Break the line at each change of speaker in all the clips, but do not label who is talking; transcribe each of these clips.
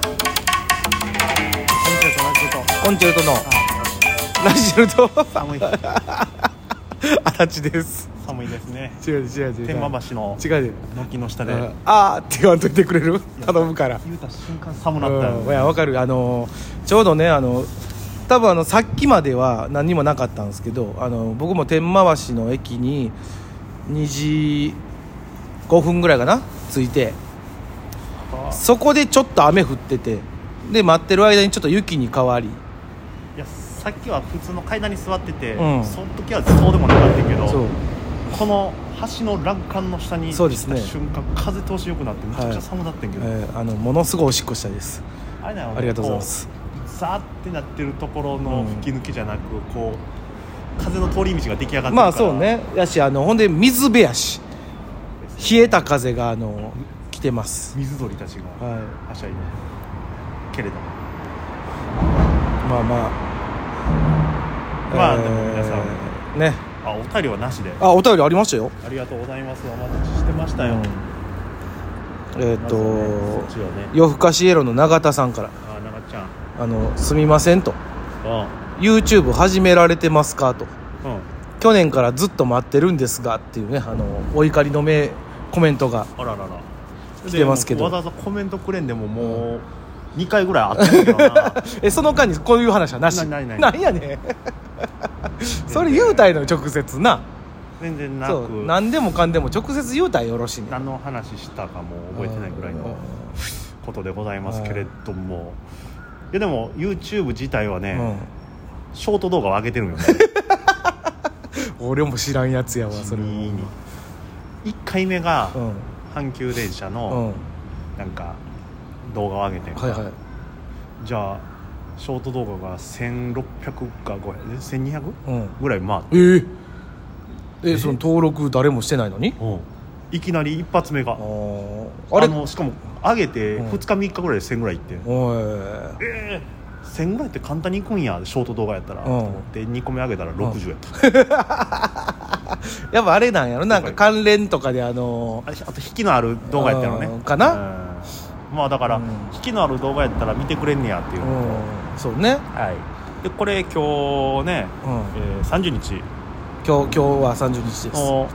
ちょっとラジオと
コンチェルトのラジェルト
寒い
足立です
寒いです ね
違う違う違う違う
天満橋の
違う違う
軒の下で
ああーって言わんといてくれる 頼むから
言うた瞬間寒なったよ
うんいやわかるあのちょうどねあの多分あのさっきまでは何にもなかったんですけどあの僕も天満橋の駅に2時5分ぐらいかな着いて
あー
そこでちょっと雨降っててで待ってる間にちょっと雪に変わり
いやさっきは普通の階段に座ってて、
うん
その時はそうでもなかったけど
そう
この橋の欄干の下に
そうですね
来た瞬間風通し良くなってめちゃくちゃ寒なってんけ
え
ど、
ーあのものすごいおしっこしたです
あれなの
ありがとうございます
ザーってなってるところ
う
の
ん
吹き抜けじゃなく、こう風の通り道が出来上がってるから
まあそうねやしあのほんで水辺やし冷えた風があの来てます
水鳥たちが
はい
はしゃいでけれども
まあまあ
まあでも皆さん
んね
あお便りはなしで
あお便りありましたよ
ありがとうございますお待ちしてましたよ、
うんえっ、
まず
と、
ねそっちをね
夜更かしイエローの永田さんから
あ長ちゃん
「あのすみません」と
う
「YouTube 始められてますか?」と
んうん
「去年からずっと待ってるんですが」っていうねあのお怒りの目コメントが
あららら
来てますけど
でもわざわざコメントくれんでももう2回ぐらいあったんやけどな
えその間にこういう話はなし
ないないない
んやねん それ言うたいのよ直接な
全然なく
そう何でもかんでも直接言うたらよろしいねん
何の話したかも覚えてないぐらい
うん
のことでございますけれどもいやでも YouTube 自体は
うん
ね、ショート動画を上げてるん よね
うん俺も知らんやつやわ
地
そ
味
れ
に1回目が
うん
阪急電車
うん
のなんか動画を上げて、
はいはい
じゃあショート動画が1600か500え 1200?
うん
ぐらいまあ
えー、えその登録誰もしてないのに
いきなり一発目が
あー
あ
あれ
のしかも上げて
うん
2日3日ぐらいで1000ぐらいいって、
おい
えー1000ぐらいって簡単にいくんやショート動画やったら、
うん
と思って2個目上げたら60やった、
やっぱあれなんやろなんか関連とかであの
あれあと引きのある動画やったの
うん
ね
かな
うんまあだから、
うん
引きのある動画やったら見てくれんねやっていうう、
んそうね
はいでこれ今日ね、
うん
えー30日
今日今日は30日です
の、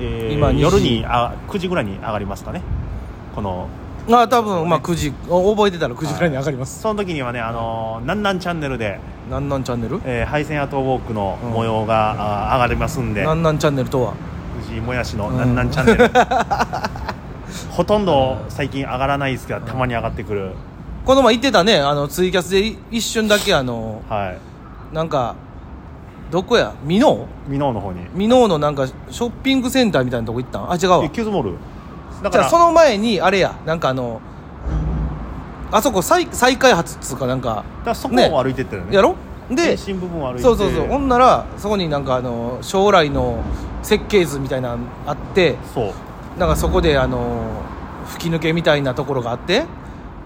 えー
今2時
夜にあ9時ぐらいに上がりますかねこの
あ多分まあ9時覚えてたら9時ぐらいに上がります
その時にはねあのーなんなんチャンネルで、
なんなんチャンネル
えー、配線アートウォークの
うん
模様が、あー上がりますんで
なんなんチャンネルとは
藤井もやしの
うん
なんなんチャンネ ル、ほとんど最近上がらないですがたまに上がってくる
この前言ってたねあのツイキャスでい一瞬だけあの
はい
なんかどこやミノ
箕面の方に
ーミノーのなんかショッピングセンターみたいなとこ行ったんあ違うわ
えキューズモールだ
じ
か
ゃあ
ら
その前にあれやなんかあのあそこ再再開発っつうかなんか
だからそこ
ね
を歩いてってるよね
やろで
で新部分を歩いて
そうそうそうほんならそこになんかあの将来の設計図みたいなのあって
そう
なんかそこであの吹き抜けみたいなところがあって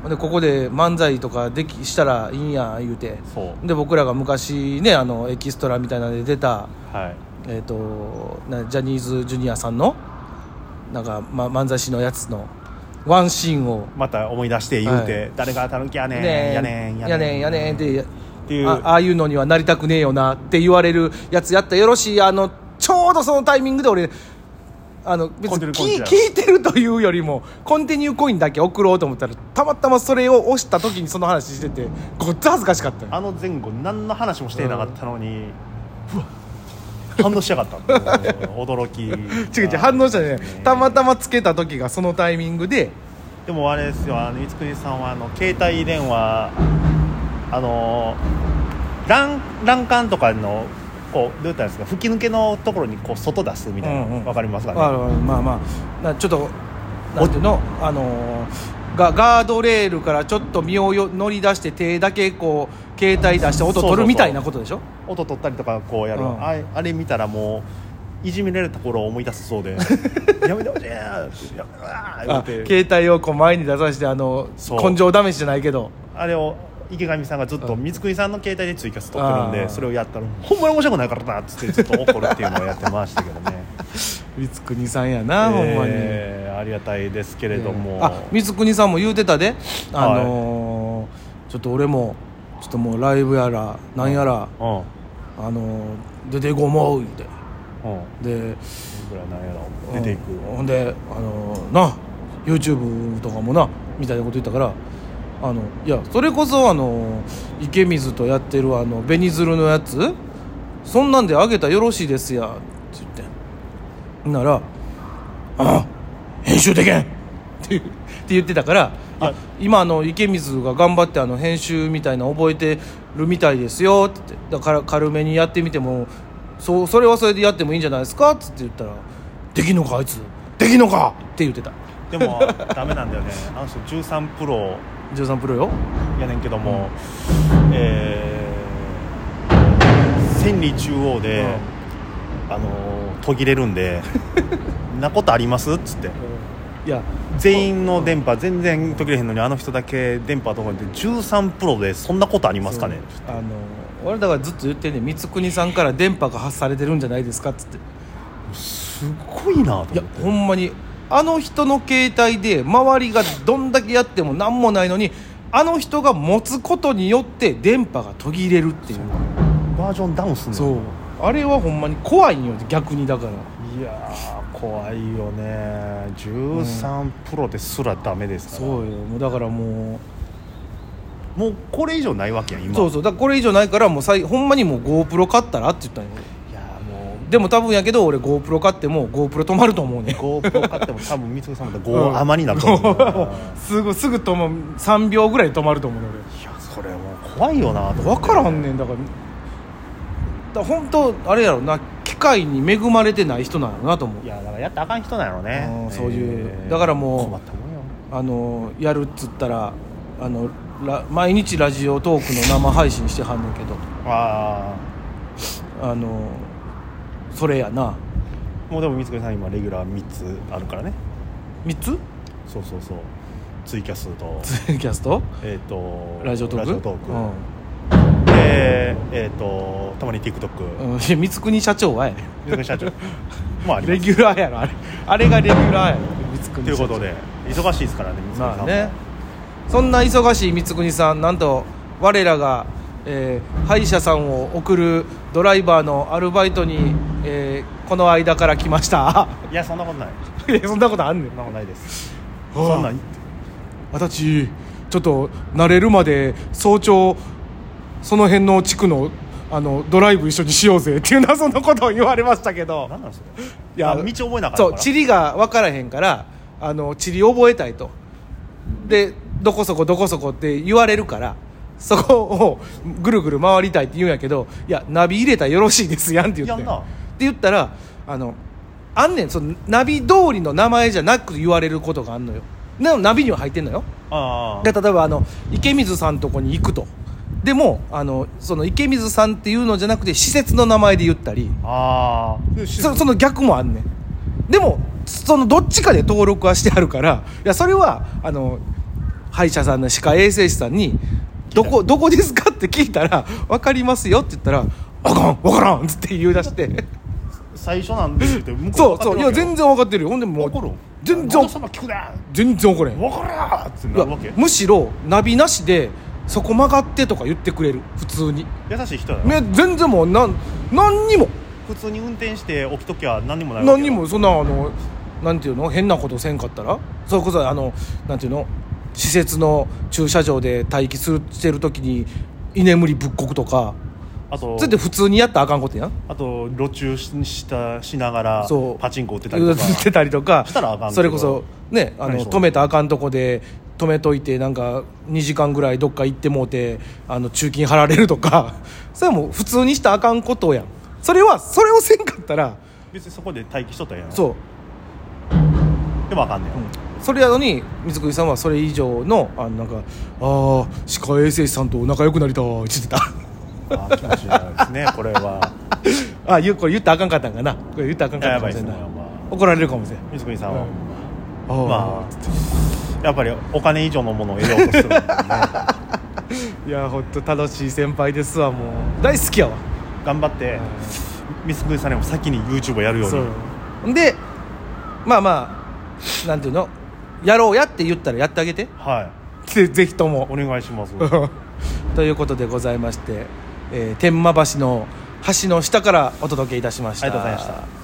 ほんでここで漫才とかできしたらいいんや言うて
そう
で僕らが昔ねあのエキストラみたいなので出た
はい
えっ、となジャニーズジュニアさんのなんか、ま、漫才師のやつのワンシーンを
また思い出して言うて、
はい
誰がたぬきやねん、
ねえ
やねん
やねんやねんって
ていう
あああいうのにはなりたくねえよなって言われるやつやったらよろしいあのちょうどそのタイミングで俺あの別
コンティ
に
ニューコインじ
聞
ゃん
聞いてるというよりもコンティニューコインだけ送ろうと思ったらたまたまそれを押した時にその話しててごっつ恥ずかしかったよ
あの前後何の話もしてなかったのに、うわ反応しやがったっていう驚き
違う違う反応したね
ね
たまたまつけた時がそのタイミングで
でもあれですよあの光國さんはあの携帯電話あの欄欄干とかのこうどうやったらいいですか吹き抜けのところにこう外出すみたいなわ
う、んうん
かりますかね
まあまあまあなちょっとなんていうのあのーがガードレールからちょっと身をよ乗り出して手だけこう携帯出して音
そうそう
取
そ
る
う
みたいなことでしょ
音取ったりとかこうやる、
うん
あれあれ見たらもういじめられた頃を思い出すそう で「やめてほしい!」やめろ
あ
って言って
携帯をこう前に出させてあの
そう
根性試しじゃないけど
あれを池上さんがずっと
うん
光國さんの携帯でツイキャス撮ってるん
あ
で
ー
それをやったら「ほんまに面白くないからな」っつってずっと怒るっていうのをやってましたけどね
光国さんやな、ほんまに
えーありがたいですけれども、
あ水国さんも言うてたで、あのーちょっと俺もちょっともうライブやらなんやら、
うん
あのー出ていこう思うって
うん
で
僕らなんやろ出ていく、
うんほんであのーな YouTube とかもなみたいなこと言ったからあのいやそれこそあのー池水とやってるあの紅鶴のやつそんなんであげたらよろしいですやって言ってんなら「あ編集でけん!」ってって言ってたからあ今あの池水が頑張ってあの編集みたいなの覚えてるみたいですよって言ってだから軽めにやってみてもそうそれはそれでやってもいいんじゃないですかっつって言ったら「できんのかあいつできんのか!」って言ってた
で もダメなんだよねあの人13プロ
13プロよ
やねんけども、えー千里中央で、あのー途切れるん で「んなことあります?」っつって
いや
全員の電波全然途切れへんのにあの人だけ電波とかで13プロでそんなことありますかね
そうあの俺だからずっと言ってんねん光国さんから電波が発されてるんじゃないですかっつって
すごいなと思っ
いや
て
ほんまにあの人の携帯で周りがどんだけやっても何もないのにあの人が持つことによって電波が途切れるっていう
バージョンダウンすんの
そうあれはほんまに怖いんよ逆にだから
いやー怖いよね13プロですらダメですから、
そうよもうだからも
もうこれ以上ないわけやん
う
今
そうそうだからこれ以上ないからもうさいほんまにもう GoPro 買ったらって言ったんよ
いやーも
でも多分やけど俺 GoPro 買っても GoPro 止まると思うねん
う GoPro 買っても多分三つさんまた
う
5
ん
余りになると 思うんだよな
すぐすぐ止ま3秒ぐらいで止まると思うねん俺
いやそれもう怖いよなと思っ
分
て
からんねんだからだ本当あれやろな機械に恵まれてない人なのなと思う
いやだからやったらあかん人なんやろ
う
ね
んそういうだからもう
困ったもんよ
あのやるっつったらあのラ毎日ラジオトークの生配信してはんねんけど
あ
あのそれやな
あもうでも三つさん今レギュラー3つあるからね
3つ
そうそうそうツイキャスと
ツ イキャスト
えっ、と
ラジオトーク
クでえっ、とたまに TikTok
うん、うん、いや光国社長はや
水上社長もありま
レ
す
ギュラーやろあれあれがレギュラーやろ光
とい
国
う
社
こ
長
とで忙しいですからね三つさん
まあ
も、
ねそんな忙しい光国さんなんと我らが、えー歯医者さんを送るドライバーのアルバイトに、えーこの間から来ました
いやそんなことない
いやそんなことあんねん
そんなことないです
はあ
そんなん
私ちょっと慣れるまで早朝その辺の地区のあのドライブ一緒にしようぜっていうのはそんなことを言われましたけど
何なんそれ
いや
あ道覚えなあかった
そう地理が分からへんからあの地理覚えたいとでどこそこどこそこって言われるからそこをぐるぐる回りたいって言うんやけどいやナビ入れたらよろしいですやんって言って
やんな
って言ったらあのあんねんそのナビ通りの名前じゃなく言われることがあんのよでもナビには入ってんのよ
あ
で例えばあの池水さんとこに行くとでもあのその池水さんっていうのじゃなくて施設の名前で言ったり
あああでし
そその逆もあんねんでもそのどっちかで登録はしてあるからいやそれはあの歯医者さんの歯科衛生士さんに「どこどこですか?」って聞いたら「分かりますよ」って言ったら「あかん分からん」っつって言い出して
最初なんですって向
そ
こ
うそういや全然分かってるよほんでもう
怒る
全
然
然
様聞くな
全然怒れんい
分からんってな
や
るわけ
むしろナビなしで「そこ曲がって」とか言ってくれる普通に
優しい人だよ
ね全然もうなん何にも
普通に運転して起きときゃ何にもないわけ
何にもそんなあのなんていうの変なことせんかったらそれこそあのなんていうの施設の駐車場で待機するしてる時に居眠りぶっこくとか
あと
それって普通にやったらあかんことやん
あと路中ししたしながら
そう
パチンコ打ってたり
言
と
っ
か
てたりとか
したらあかんけど
それこそねあ
何
の
それ
止めたらあかんとこで止めといてなんか2時間ぐらいどっか行ってもうてあの中金払われるとか それはもう普通にしたらあかんことやんそれはそれをせんかったら
別にそこで待機しとったらええやん
そう
でもあかんねん、
それやのに水国さんはそれ以上のあのなんかああ歯科衛生士さんと仲良くなりたいって言ってた
あー気持ち悪いですねこれは
あ言うこれ言ったらあかんかったんかなこれ言ったらあかんかった
や
か
ばい
もし
で
れ
す
ん
ね
ない
ほんま
怒られるかもしれん
水国さんは、
あー、
まあやっぱりお金以上のものを得ようとするんでね
いや本当楽しい先輩ですわもう大好きやわ
頑張って水国さんにも先に YouTube をやるように
そうでまあまなんていうのやろうやって言ったらやってあげて
はい
ぜぜひとも
お願いします
ということでございまして、えー天満橋の橋の下からお届けいたしました
ありがとうございました